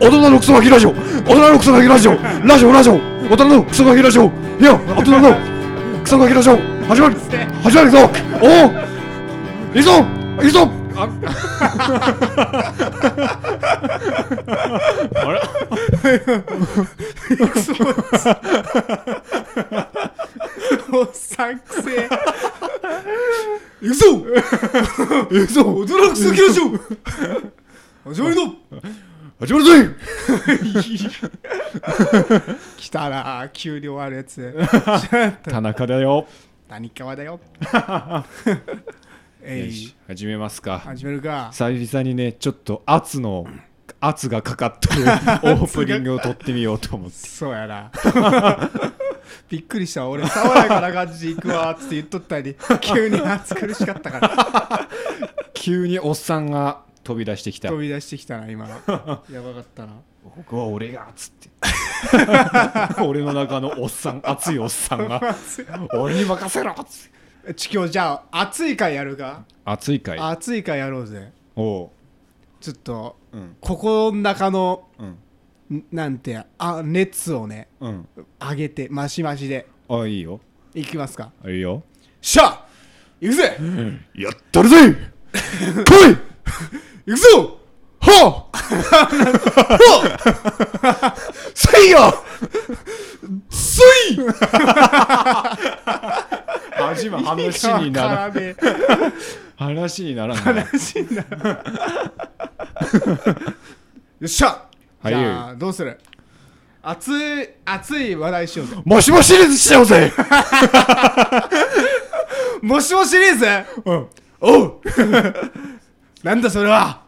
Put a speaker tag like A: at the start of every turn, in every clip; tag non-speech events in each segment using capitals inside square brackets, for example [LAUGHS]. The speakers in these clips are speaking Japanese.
A: 大人のクソガキラジオ大人のクソガキラジオラジオラジオ大人のクソガキラジオいや大人のクソガキラジオ始まる始まるぞおおいいぞいいぞあ
B: あれ
C: クソおっさんくせえ
A: 行くぞ行くぞ
C: 驚くすぎでしょ始まりの
A: 始まるぜ
C: 来たな急に終わるやつ
B: 田中だよ。
C: 何川 [LAUGHS] だよえ
B: よ
C: い
B: し始めますか。
C: 始めるか
B: 久々にね、ちょっと圧の、圧がかか
A: [LAUGHS]
B: ったオープニングを撮ってみようと思って。
C: そうや [LAUGHS] なびっくりした俺爽やかな感じで行くわっつって言っとった [LAUGHS] のに急に暑苦しかったから
B: 急におっさんが飛び出してきた
C: 飛。び出してきたな [LAUGHS] 今やばかったな
B: 僕は俺が、つ
A: [LAUGHS]
B: って。俺の中のおっさん、熱いおっさんが、俺に任せろつって。
C: ち今日じゃあ暑い回やるか
B: 熱いかい
C: 暑い回やろうぜ
B: おう。
C: ちょっと
B: うん。
C: 心の中の
B: うん。
C: んなんてあ熱をね
B: うん。
C: 上げてマシマシで
B: あ、いいよ。
C: いきますか
B: いいよ。
C: しゃあ行くぜ
A: やったるぜ来い
C: 行くぞ
A: はあはあせいやせい
B: 始ま話にならん。話にならんな。
C: 話にならん
B: [LAUGHS]
C: よっしゃ
B: はい
C: じゃあどうする熱い熱い話題しようぜ
A: マシマシレーズしちゃおうぜ
C: もしもシリーズ
B: うん。
A: おう
C: [LAUGHS] なんだそれは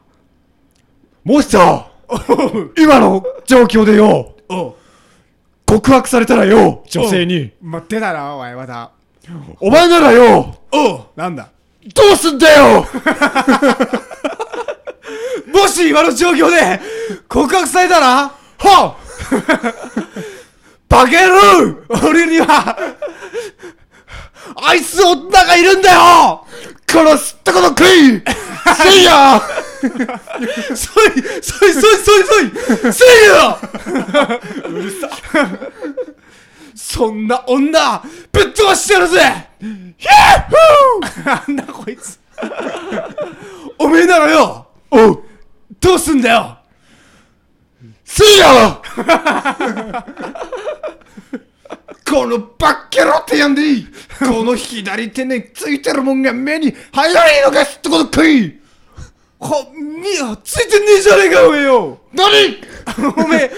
A: もしさ今の状況でよ
C: お
A: 告白されたらよ
B: 女性に。
C: 待ってたなお前また
A: お前ならよ
C: おうなんだ
A: どうすんだよ
C: もし今の状況で告白されたら
A: は
C: バカ野郎俺にはあいつ女がいるんだよ
A: あ殺すったこと食いせいや
C: そいそいそいそいそいせいやうるさそんな女ぶっ飛ばしてやるぜヒャッホーなんだこいつおめえならよ
A: おう
C: どうすんだよ
A: せいやこのバッケロってやんでいいこの左手についてるもんが目に入らねえのかすったこと食い
C: こみやついてねえじゃねえかおめえよ
A: 何
C: おめえ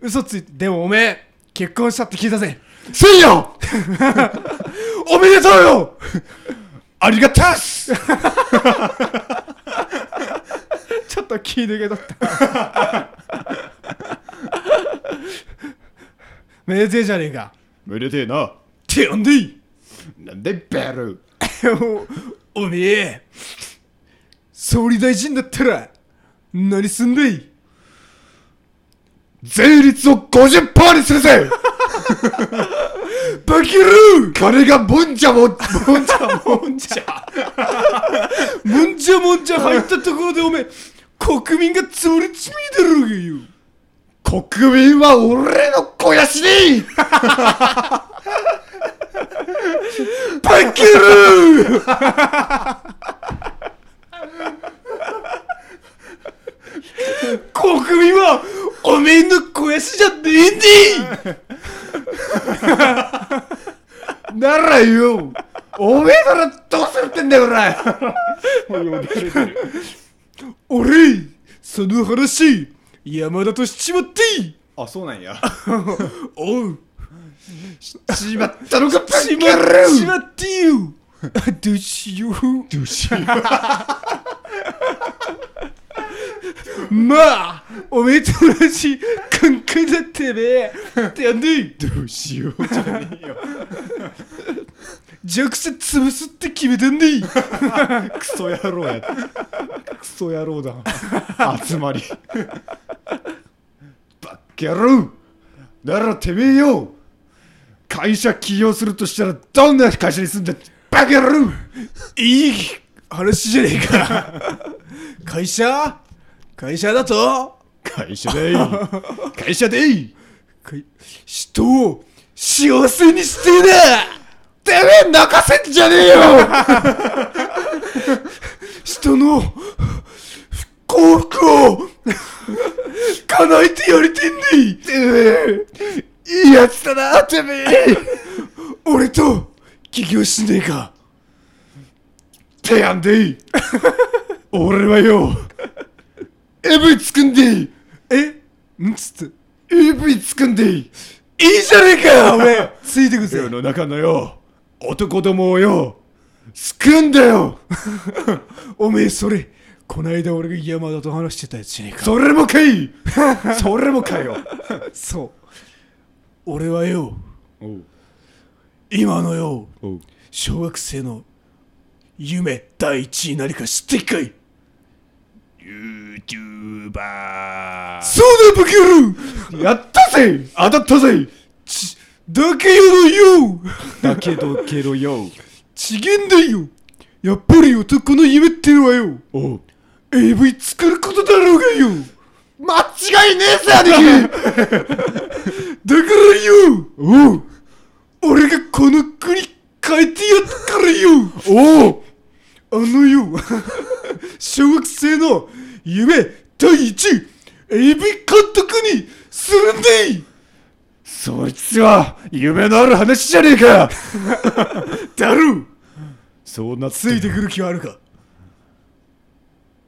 C: 嘘ついてでもおめえ結婚したって聞いたぜ
A: せいやおめでとうよ
C: ありがたっ
A: [LAUGHS]
C: すちょっと気抜けとった。めでてえじゃねえか。
B: めでてえな。
C: てやんでい
B: なんでベル
C: [LAUGHS] おおめえ、総理大臣だったら、何すんだい
A: 税率を50%にする [LAUGHS] ぜバキルー金がもんじゃもんもんじゃ [LAUGHS]
C: もんじゃ。もんじゃもんじゃ入ったところでおめえ、国民がつぶれちみえだろうがよ。
A: 国民は俺の肥やしにバキ [LAUGHS] ルー
C: 国民はおめえの肥やしじゃねえんでい
A: ならよおめえならどうするってんだよ俺
C: 俺その話山田としちまって
B: あ、そうなんや。
C: [LAUGHS] おう
A: しまったのかバキ
C: し
A: ル
C: まし
A: ー
C: まってよあどうしよう
B: どうしよう。
C: まあおめえと同じ感覚だってねってやんで
B: どうしよう。じゃねえよ。
C: 弱者潰すって決めたんで
B: クソ野郎や。クソ野郎だ。集まり。
A: バキルーならてめえよ会社起用するとしたらどんな会社に住んでバキルー
C: いい話じゃねえか会社会社だと
B: 会社でい会社でい
C: かい人を幸せにしてえなてめえ泣かせんじゃねえ
B: [LAUGHS]
C: よ人の不幸福を叶えてやりてんねてめえいいやつだなてめえ俺と起業しねえか
A: てやんでい
B: [LAUGHS]
A: い俺はよ AV 作んでいい
C: えんつって
A: AV 作んでいい
C: いいじゃねえかよおめえついてくぜ
A: 世の中のよ男どもをよ救うんだよ
C: [LAUGHS] おめえそれこないだ俺が山田と話してたやつじゃねえか
A: それもかい
C: [LAUGHS]
A: それもかよ
C: そう俺はよ
B: おう
C: 今のよ
B: おう
C: 小学生の夢第一位何か知ってっかいそうだバ
B: YouTuber
C: カ野郎
A: やったぜ当たったぜ
C: だけよのよ
B: だけどけどよ
C: ちげんだよやっぱり男の夢ってのはよ
B: おう
C: AV 作ることだろうがよ
A: 間違いねえぜ兄貴
C: だからよ俺がこの国変えてやったからよ
A: おお
C: あのよ小学生の夢第一位 AV 監督にするんでい
A: そいつは夢のある話じゃねえか
C: だろう
B: そうなっ
C: つい
B: て
C: てくる気はあるか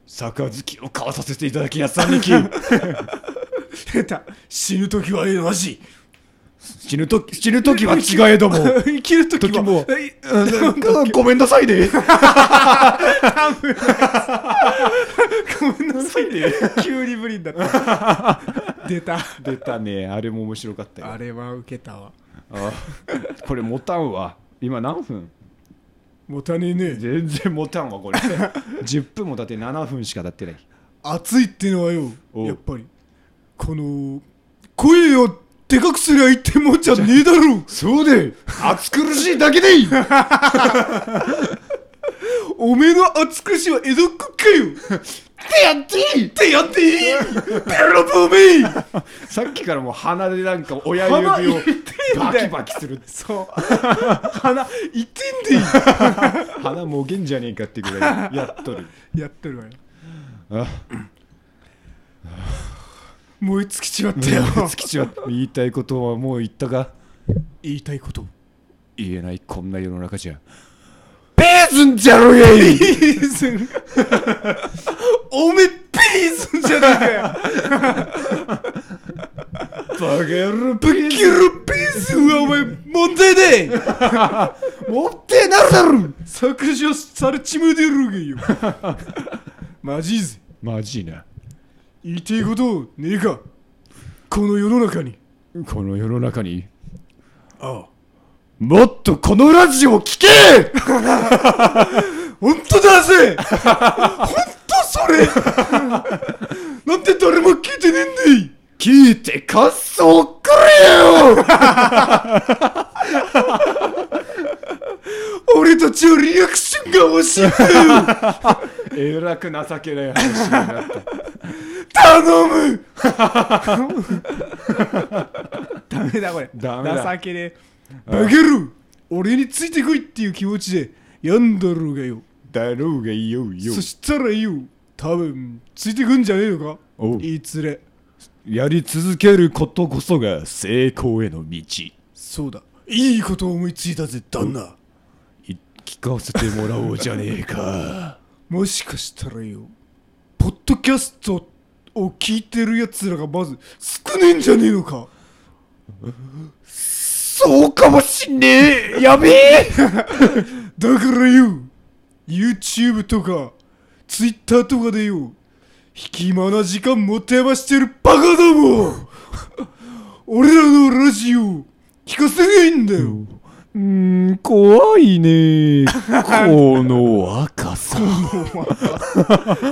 B: 杯を交わさせていただきやす兄貴
C: 下手死ぬ時はええなし
B: 死ぬとき死ぬときは違えども
C: 生きる時は
B: 時も
C: え
A: ごめんなさいね
C: ごめんなさいね急に無理になった [LAUGHS] 出た
B: 出たねあれも面白かったよ
C: あれは受けたわ
B: あこれ持たんわ今何分
C: もたねえね
B: 全然持たんわこれ10分も経って7分しか経ってない
C: 暑いってのはよ
B: おう
C: やっぱりこの声をでかくすりゃいいってもんじゃねえだろう
A: そうで暑苦しいだけでいい
C: おめえの暑苦しは江戸っ子かよ
A: てやっていい
C: ってやっていいベロボメ
B: [LAUGHS] さっきからもう鼻でなんか親指を
C: 鼻痛いんだよ
B: バキバキする
C: そう鼻いってんで
B: 鼻もげんじゃねえかってぐらいやっとる
C: いやってるわよ
B: あ
C: 燃え尽きちまったよ
B: つきちは言いたいことはもう言ったが
C: 言いたいこと
B: 言えないこんな世の中じゃ
A: ペーズンじゃろうがい
C: ピースンおめえピースンじゃねえかよ
B: バカ野
C: ぶ
B: 郎
C: っきるピースンはお前問題ねえ
A: 持ってなるだろ
C: 削除されちまうでろうがよマジぜ
B: マジな
C: 言いてえことねえかこの世の中に
B: この世の中に
C: ああ
A: もっとこのラジオを聞け
C: ほんとだぜほんとそれなんで誰も聞いてねえんだい
A: 聞いて感想をくれよ
C: 俺たちのリアクションが欲しいんだよ
B: [LAUGHS] えらく情けない話になった
C: 頼むダメだこれ
B: ダメだ
C: 情けねえバケル俺についてこいっていう気持ちでやんだろうがよ
B: だろうがいいよいいよ
C: そしたらよ多分ついてくんじゃねえのか
B: おう
C: いつれ
B: やり続けることこそが成功への道
C: そうだいいことを思いついたぜ旦那
B: い聞かせてもらおうじゃねえか
C: もしかしたらよポッドキャストを聞いてるやつらがまず少ねえんじゃねえのか
A: そうかもしんねえやべえ
C: だからよ YouTube とか Twitter とかでよ暇な時間持て余してるバカだもん俺らのラジオ聞かせないいんだよ、
B: うーん怖いねこの若さ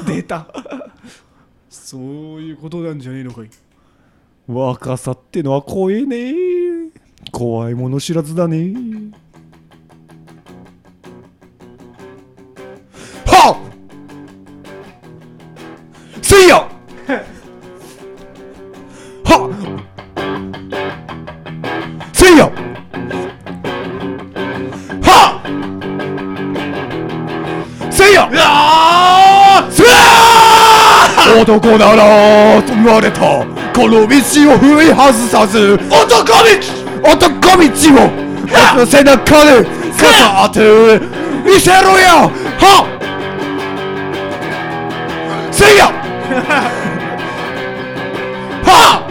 C: 出たそういうことなんじゃねえのかい
B: 若さってのは怖えね怖いもの知らずだね
A: はっせいやせいや
C: あ
A: せー男ならと言われたこの道を踏み外さず
C: ー男道
A: 男道を背中で重当て見せろよはせいやは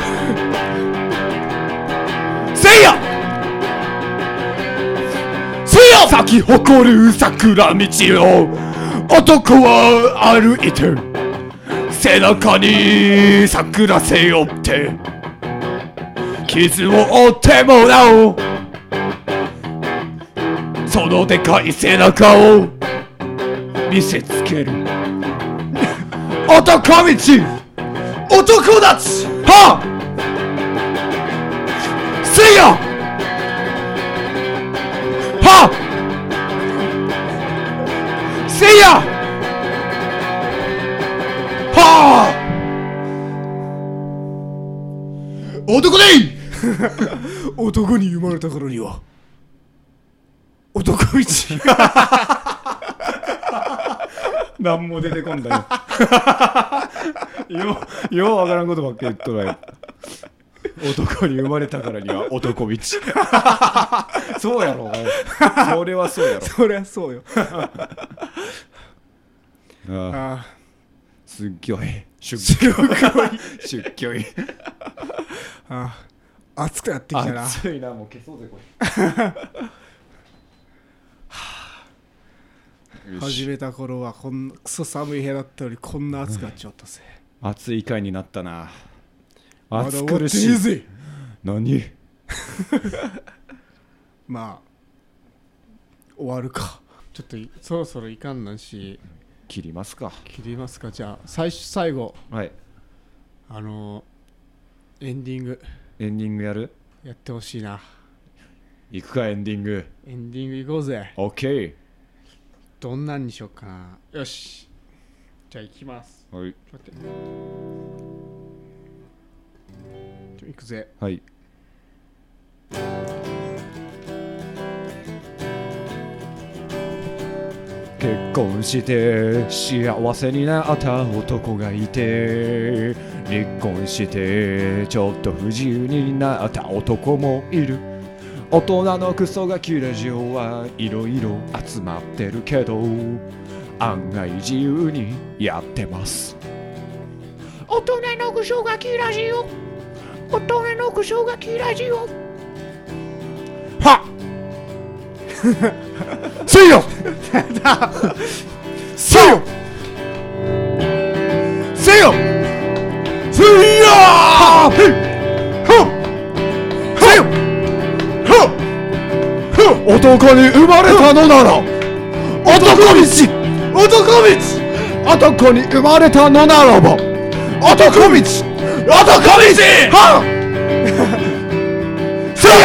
A: せいやせいや咲き誇る桜道を男は歩いて背中に桜背負って傷を負ってもらおうそのでかい背中を見せつける男道
C: 男たち
A: はせいやはせいやは
C: 男でい男に生まれたからには男道
B: 何も出てこ
A: [LAUGHS]
B: んだよようようわからんことばっかり言っとらよ男に生まれたからには
A: [LAUGHS]
B: 男道そうやろお前それはそ
A: [LAUGHS]
B: うやろ
C: そりゃそうよ
B: ああ
C: あ
B: すっぎょ
A: [LAUGHS]
B: い出去い出去い
C: あああ暑くなってきたな
B: 暑いなもう消そうぜこ
C: [LAUGHS]
B: れよ
C: 始
B: し
C: めた頃はこんなクソ寒い部屋だったのにこんな暑くなっちゃったぜ
B: 暑い回になったな
C: まだ終
B: 暑
C: わってね
B: 苦
C: え
B: しい
C: ぜ
B: 何
C: まあ終わるかちょっといそろそろいかんなんし
B: 切りますか
C: 切りますかじゃあ最初最後
B: はい
C: あのー、エンディング
B: エンディングやる
C: やってほしいな
B: 行くかエンディング
C: エンディングいこうぜ
B: OK
C: どんなんにしよっかなよしじゃあ行きます
B: はい
C: ちょっと待ってちょ行くぜ
B: はい結婚して幸せになった男がいて離婚してちょっと不自由になった男もいる大人のクソガキラジオはいろいろ集まってるけど案外自由にやってます大人のクソガキラジオ大人のクソガキラジオ
A: はせいやせいやせいやせいやはっせいやはっはっ男に生まれたのなら男道男道男に生まれたのならば男道男道はっせいや